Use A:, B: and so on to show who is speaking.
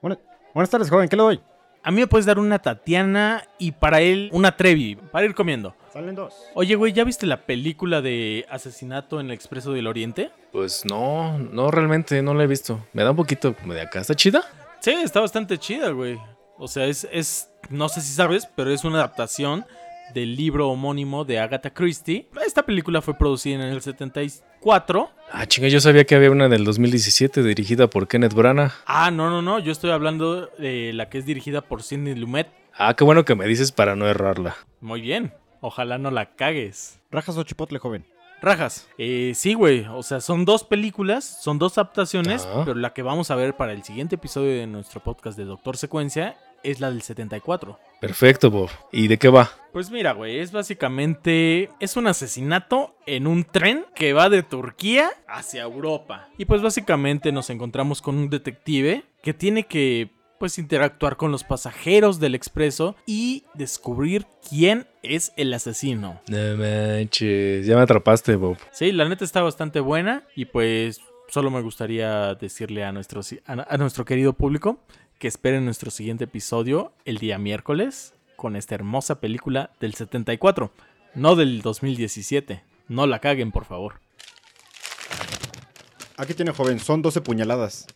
A: Buenas, buenas tardes, joven, ¿qué le doy?
B: A mí me puedes dar una Tatiana y para él una Trevi, para ir comiendo.
A: Salen dos.
B: Oye, güey, ¿ya viste la película de Asesinato en el Expreso del Oriente?
C: Pues no, no realmente, no la he visto. Me da un poquito como de acá. ¿Está chida?
B: Sí, está bastante chida, güey. O sea, es, es, no sé si sabes, pero es una adaptación del libro homónimo de Agatha Christie. Esta película fue producida en el 74.
C: Ah, chinga, yo sabía que había una del 2017 dirigida por Kenneth Branagh.
B: Ah, no, no, no, yo estoy hablando de la que es dirigida por Sidney Lumet.
C: Ah, qué bueno que me dices para no errarla.
B: Muy bien, ojalá no la cagues.
A: Rajas o chipotle, joven.
B: Rajas. Eh, sí, güey. O sea, son dos películas, son dos adaptaciones,
C: Ajá.
B: pero la que vamos a ver para el siguiente episodio de nuestro podcast de Doctor Secuencia es la del 74.
C: Perfecto, Bob. ¿Y de qué va?
B: Pues mira, güey, es básicamente es un asesinato en un tren que va de Turquía hacia Europa. Y pues básicamente nos encontramos con un detective que tiene que pues interactuar con los pasajeros del expreso y descubrir quién es el asesino.
C: No manches, ya me atrapaste, Bob.
B: Sí, la neta está bastante buena y pues solo me gustaría decirle a nuestro, a, a nuestro querido público que esperen nuestro siguiente episodio el día miércoles con esta hermosa película del 74, no del 2017. No la caguen, por favor.
A: Aquí tiene, joven, son 12 puñaladas.